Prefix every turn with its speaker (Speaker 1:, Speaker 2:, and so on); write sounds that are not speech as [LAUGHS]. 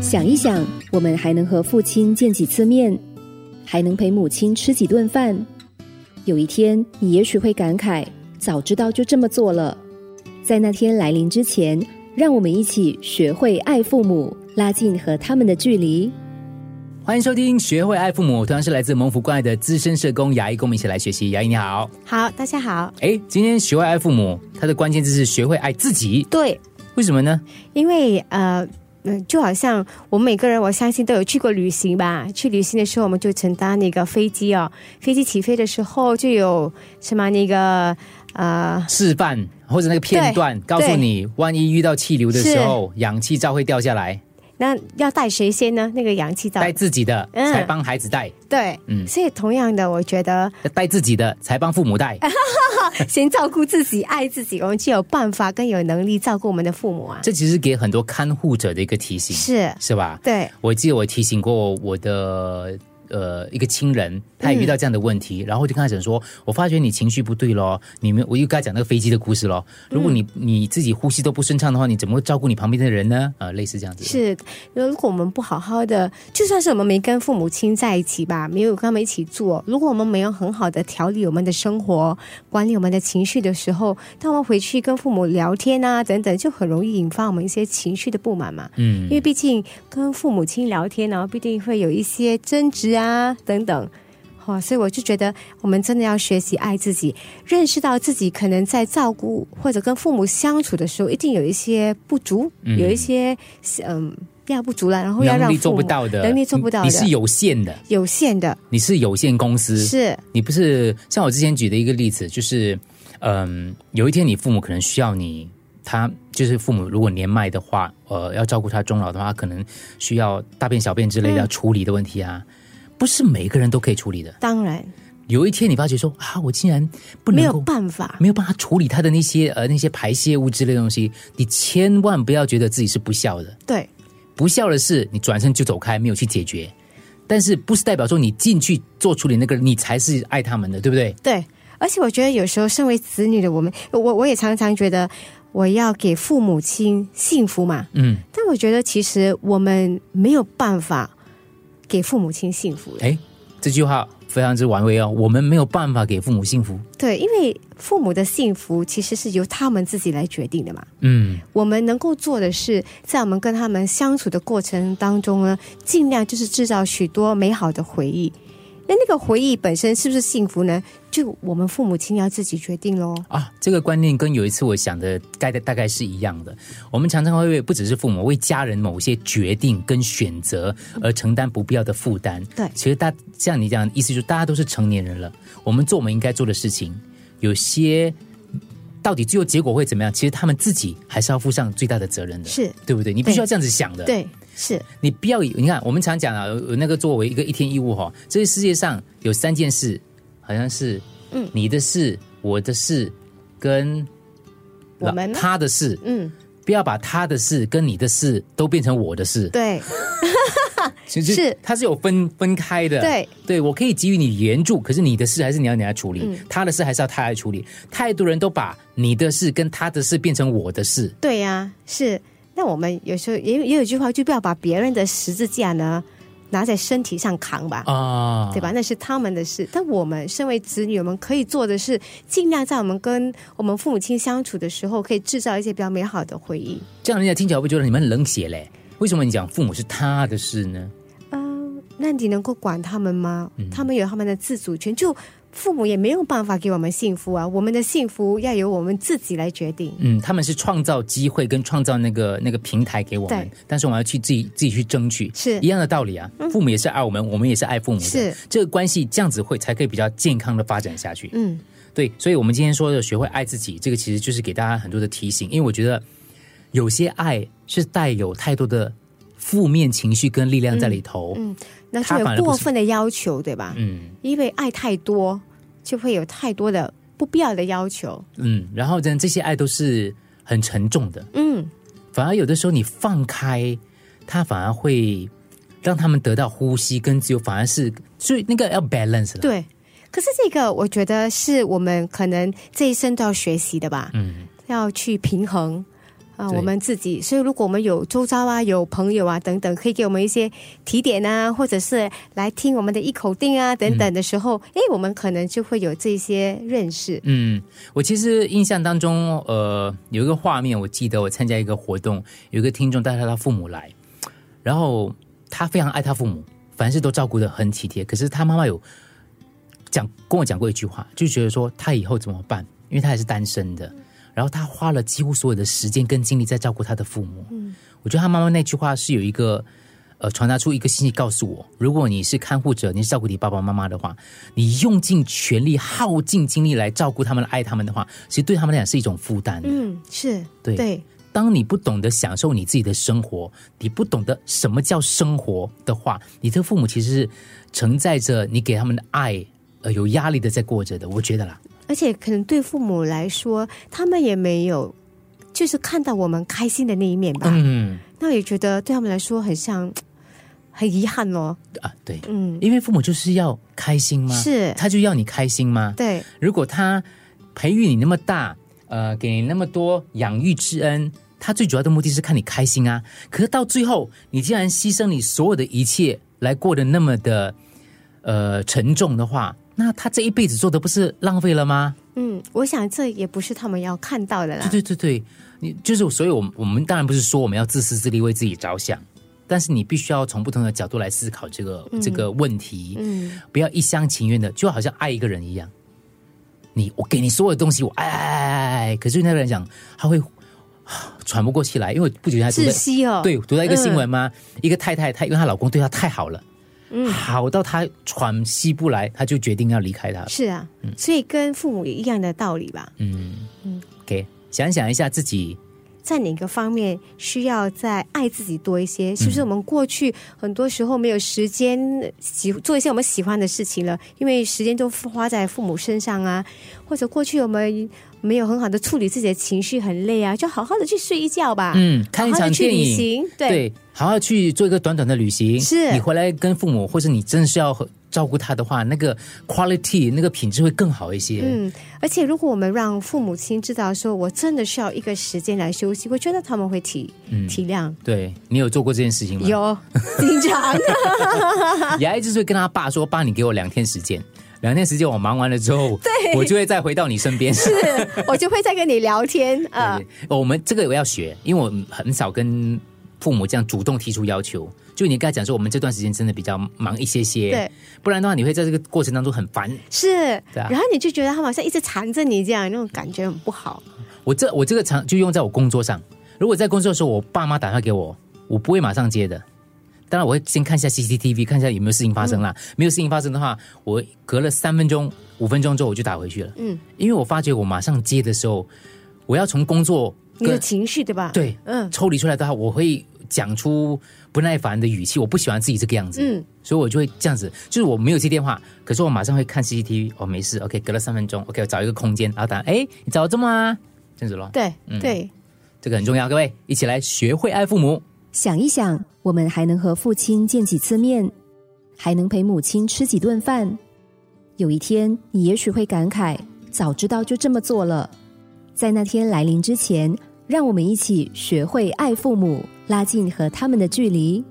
Speaker 1: 想一想，我们还能和父亲见几次面，还能陪母亲吃几顿饭。有一天，你也许会感慨，早知道就这么做了。在那天来临之前，让我们一起学会爱父母，拉近和他们的距离。
Speaker 2: 欢迎收听《学会爱父母》，同样是来自蒙福关爱的资深社工牙医，跟我们一起来学习。牙医你好，
Speaker 3: 好，大家好。
Speaker 2: 哎，今天学会爱父母，它的关键字是学会爱自己，
Speaker 3: 对，
Speaker 2: 为什么呢？
Speaker 3: 因为呃。嗯，就好像我们每个人，我相信都有去过旅行吧。去旅行的时候，我们就乘搭那个飞机哦。飞机起飞的时候，就有什么那个呃，
Speaker 2: 示范或者那个片段
Speaker 3: 对
Speaker 2: 告诉你，万一遇到气流的时候，氧气罩会掉下来，
Speaker 3: 那要带谁先呢？那个氧气罩。
Speaker 2: 带自己的
Speaker 3: 嗯
Speaker 2: 才帮孩子带，
Speaker 3: 对，
Speaker 2: 嗯
Speaker 3: 所以同样的，我觉得
Speaker 2: 带自己的才帮父母
Speaker 3: [LAUGHS]
Speaker 2: 带。
Speaker 3: 先照顾自己、爱自己，我们就有办法更有能力照顾我们的父母啊。
Speaker 2: 这其实给很多看护者的一个提醒，
Speaker 3: 是，
Speaker 2: 是吧？
Speaker 3: 对，
Speaker 2: 我记得我提醒过我的呃一个亲人，他也遇到这样的问题，然后我就跟他讲说，我发觉你情绪不对咯，你们我又跟他讲那个飞机的故事咯。如
Speaker 3: 嗯
Speaker 2: 果你、你自己呼吸都不顺畅的话，你怎么会照顾你旁边的人呢？啊、类似这样子。
Speaker 3: 是，如果我们不好好的，就算是我们没跟父母亲在一起吧，没有跟他们一起住，如果我们没有很好的调理我们的生活，管理我们的情绪的时候，当我们回去跟父母聊天啊等等，就很容易引发我们一些情绪的不满嘛。
Speaker 2: 嗯
Speaker 3: 因，为毕竟跟父母亲聊天呢、必定会有一些争执啊等等。好、所以我就觉得我们真的要学习爱自己，认识到自己可能在照顾或者跟父母相处的时候，一定有一些不足，
Speaker 2: 嗯
Speaker 3: 有一些嗯量不足了，然后要
Speaker 2: 能
Speaker 3: 让
Speaker 2: 力做
Speaker 3: 父母
Speaker 2: 不到的，
Speaker 3: 能力做不到的
Speaker 2: 你你是有限的，
Speaker 3: 有限的，
Speaker 2: 你是有限公司，
Speaker 3: 是
Speaker 2: 你不是像我之前举的一个例子，就是，嗯，有一天你父母可能需要你，他就是父母如果年迈的话，呃，要照顾他终老的话，他可能需要大便小便之
Speaker 3: 嗯
Speaker 2: 类的要处理的问题啊，不是每个人都可以处理的。
Speaker 3: 当然
Speaker 2: 有一天你发觉说啊，我竟然不
Speaker 3: 没
Speaker 2: 能
Speaker 3: 有
Speaker 2: 够。
Speaker 3: 办法，
Speaker 2: 没有办法处理他的那些呃那些排泄物之类的东西，你千万不要觉得自己是不孝的，
Speaker 3: 对，
Speaker 2: 不孝的事你转身就走开，没有去解决，但是不是代表说你进去做处理那个人，你才是爱他们的，对不对？
Speaker 3: 对，而且我觉得有时候身为子女的我们，我我也常常觉得我要给父母亲幸福嘛，
Speaker 2: 嗯，
Speaker 3: 但我觉得其实我们没有办法给父母亲幸福的，
Speaker 2: 哎，这句话非常之完美哦。我们没有办法给父母幸福，
Speaker 3: 对，因为父母的幸福其实是由他们自己来决定的嘛。
Speaker 2: 嗯，
Speaker 3: 我们能够做的是，在我们跟他们相处的过程当中呢，尽量就是制造许多美好的回忆。那那个回忆本身是不是幸福呢？就我们父母亲要自己决定喽。
Speaker 2: 啊，这个观念跟有一次我想的大概大概是一样的。我们常常会为不只是父母，为家人某些决定跟选择而承担不必要的负担。
Speaker 3: 对
Speaker 2: 其实大像你这样，意思就是大家都是成年人了，我们做我们应该做的事情，有些到底最后结果会怎么样，其实他们自己还是要负上最大的责任的，
Speaker 3: 是
Speaker 2: 对不对？你必须
Speaker 3: 对
Speaker 2: 要这样子想的。
Speaker 3: 对，是
Speaker 2: 你不要以，你看，我们常讲啊，有有那个作为一个一天义务哈、这个世界上有三件事，好像是，
Speaker 3: 嗯
Speaker 2: 你的事、我的事跟
Speaker 3: 我们呢
Speaker 2: 他的事，
Speaker 3: 嗯，
Speaker 2: 不要把他的事跟你的事都变成我的事，
Speaker 3: 对
Speaker 2: 其实
Speaker 3: 是
Speaker 2: 它是有分分开的， [LAUGHS]
Speaker 3: 对，
Speaker 2: 对我可以给予你援助，可是你的事还是你要你来处理，
Speaker 3: 嗯
Speaker 2: 他的事还是要他来处理。太多人都把你的事跟他的事变成我的事，
Speaker 3: 对呀、是。那我们有时候也有也有一句话，就不要把别人的十字架呢拿在身体上扛吧。
Speaker 2: 啊，
Speaker 3: 对吧？？那是他们的事，但我们身为子女，我们可以做的是，尽量在我们跟我们父母亲相处的时候，可以制造一些比较美好的回忆。
Speaker 2: 这样人家听起来会觉得你们很冷血嘞。为什么你讲父母是他的事呢？
Speaker 3: 嗯、那你能够管他们吗？
Speaker 2: 嗯
Speaker 3: 他们有他们的自主权，就父母也没有办法给我们幸福啊。我们的幸福要由我们自己来决定。
Speaker 2: 嗯，他们是创造机会跟创造那个那个平台给我们
Speaker 3: 对，
Speaker 2: 但是我们要去自己自己去争取，
Speaker 3: 是嗯
Speaker 2: 一样的道理啊。父母也是爱我们，我们也是爱父母的，
Speaker 3: 是
Speaker 2: 这个关系这样子会才可以比较健康的发展下去。
Speaker 3: 嗯，
Speaker 2: 对，所以我们今天说的学会爱自己，这个其实就是给大家很多的提醒，因为我觉得有些爱是带有太多的负面情绪跟力量在里头。嗯
Speaker 3: 那就
Speaker 2: 他反而
Speaker 3: 有
Speaker 2: 不
Speaker 3: 过
Speaker 2: 是
Speaker 3: 分的要求，对吧？
Speaker 2: 嗯
Speaker 3: 因为爱太多，就会有太多的不必要的要求。
Speaker 2: 嗯然后呢，这些爱都是很沉重的，
Speaker 3: 嗯，
Speaker 2: 反而有的时候你放开，它反而会让他们得到呼吸跟自由，反而是所以那个要 balance 了。
Speaker 3: 对。可是这个，我觉得是我们可能这一生都要学习的吧。
Speaker 2: 嗯，
Speaker 3: 要去平衡。啊、
Speaker 2: 对
Speaker 3: 我们自己。所以，如果我们有周遭啊、有朋友啊等等，可以给我们一些提点啊，或者是来听我们的一口定啊等等的时候，诶，我们可能就会有这些认识。
Speaker 2: 嗯，我其实印象当中，呃，有一个画面，我记得我参加一个活动，有一个听众带他他父母来，然后他非常爱他父母，凡事都照顾的很体贴。可是他妈妈有讲跟我讲过一句话，就觉得说他以后怎么办？因为他也是单身的，然后他花了几乎所有的时间跟精力在照顾他的父母。嗯，我觉得他妈妈那句话是有一个。呃，传达出一个信息告诉我：如果你是看护者，你是照顾你爸爸妈妈的话，你用尽全力、耗尽精力来照顾他们、爱他们的话，其实对他们来讲是一种负担。
Speaker 3: 嗯，是
Speaker 2: 对
Speaker 3: 对，
Speaker 2: 当你不懂得享受你自己的生活，你不懂得什么叫生活的话，你的父母其实是承载着你给他们的爱，呃，有压力的在过着的。我觉得啦，
Speaker 3: 而且可能对父母来说，他们也没有。就是看到我们开心的那一面吧，
Speaker 2: 嗯
Speaker 3: 那也觉得对他们来说很像，很遗憾咯。
Speaker 2: 啊，对，
Speaker 3: 嗯，
Speaker 2: 因为父母就是要开心吗？，
Speaker 3: 是，
Speaker 2: 他就要你开心吗？
Speaker 3: 对，
Speaker 2: 如果他培育你那么大，呃，给你那么多养育之恩，他最主要的目的是看你开心啊。可是到最后，你竟然牺牲你所有的一切来过得那么的呃沉重的话，那他这一辈子做的不是浪费了吗？
Speaker 3: 嗯，我想这也不是他们要看到的啦。
Speaker 2: 对对对对，你就是，所以我们我们当然不是说我们要自私自利为自己着想，但是你必须要从不同的角度来思考这个、这个问题，
Speaker 3: 嗯，
Speaker 2: 不要一厢情愿的，就好像爱一个人一样，你我给你所有的东西，我爱爱爱爱爱，可是那个人讲他会啊喘不过气来，因为我不久前还啊读
Speaker 3: 窒
Speaker 2: 到
Speaker 3: 息哦，
Speaker 2: 对读到一个新闻嘛，一个太太她因为她老公对她太好了，
Speaker 3: 嗯
Speaker 2: 好到她喘息不来，她就决定要离开他了。
Speaker 3: 是啊，所以跟父母也一样的道理吧。
Speaker 2: 嗯，OK，想想一下自己
Speaker 3: 在哪个方面需要再爱自己多一
Speaker 2: 嗯
Speaker 3: 些？是不是我们过去很多时候没有时间喜做一些我们喜欢的事情了？因为时间都花在父母身上啊，或者过去我们没有很好的处理自己的情绪，很累啊，就好好的去睡一觉吧。
Speaker 2: 嗯，看一
Speaker 3: 好好
Speaker 2: 场
Speaker 3: 地去
Speaker 2: 电
Speaker 3: 旅
Speaker 2: 影，
Speaker 3: 行，
Speaker 2: 好好去做一个短短的旅行。
Speaker 3: 是
Speaker 2: 你回来跟父母，或者你真的是要和照顾他的话，那个 quality 那个品质会更好一些。
Speaker 3: 嗯，而且如果我们让父母亲知道说我真的需要一个时间来休息，我觉得他们会体、体谅。
Speaker 2: 对你有做过这件事情吗？
Speaker 3: [LAUGHS] 有，经常
Speaker 2: 牙医就是会跟他爸说：“爸，你给我两天时间，两天时间我忙完了之
Speaker 3: [LAUGHS]
Speaker 2: 后，对我就会再回到你身边。”是，
Speaker 3: 我就会再跟你聊 [LAUGHS] 天
Speaker 2: [LAUGHS]
Speaker 3: 啊、
Speaker 2: 对对我们这个我要学，因为我很少跟父母这样主动提出要求。就你跟他讲说，我们这段时间真的比较忙一些些，
Speaker 3: 对，
Speaker 2: 不然的话你会在这个过程当中很烦。
Speaker 3: 是，
Speaker 2: 对啊
Speaker 3: 然后你就觉得他们好像一直缠着你这样，那种感觉很不好。
Speaker 2: 我这我这个常就用在我工作上。如果在工作的时候，我爸妈打电话给我，我不会马上接的。当然，我会先看一下 CCTV，看一下有没有事情发生啦。没有事情发生的话，我隔了三分钟、五分钟之后我就打回去了。
Speaker 3: 嗯，
Speaker 2: 因为我发觉我马上接的时候，我要从工作
Speaker 3: 你的
Speaker 2: 跟
Speaker 3: 情绪对吧？，
Speaker 2: 对
Speaker 3: 嗯
Speaker 2: 抽离出来的话，我会讲出不耐烦的语气，我不喜欢自己这个样子。
Speaker 3: 嗯，
Speaker 2: 所以我就会这样子，就是我没有接电话，可是我马上会看 CCTV，哦，没事，OK，隔了三分钟，OK，我找一个空间，然后打，哎，你找我这么啊，这样子咯。
Speaker 3: 对，对。
Speaker 2: 这个很重要，各位一起来学会爱父母。
Speaker 1: 想一想，我们还能和父亲见几次面，还能陪母亲吃几顿饭。有一天，你也许会感慨，早知道就这么做了。在那天来临之前，让我们一起学会爱父母，拉近和他们的距离。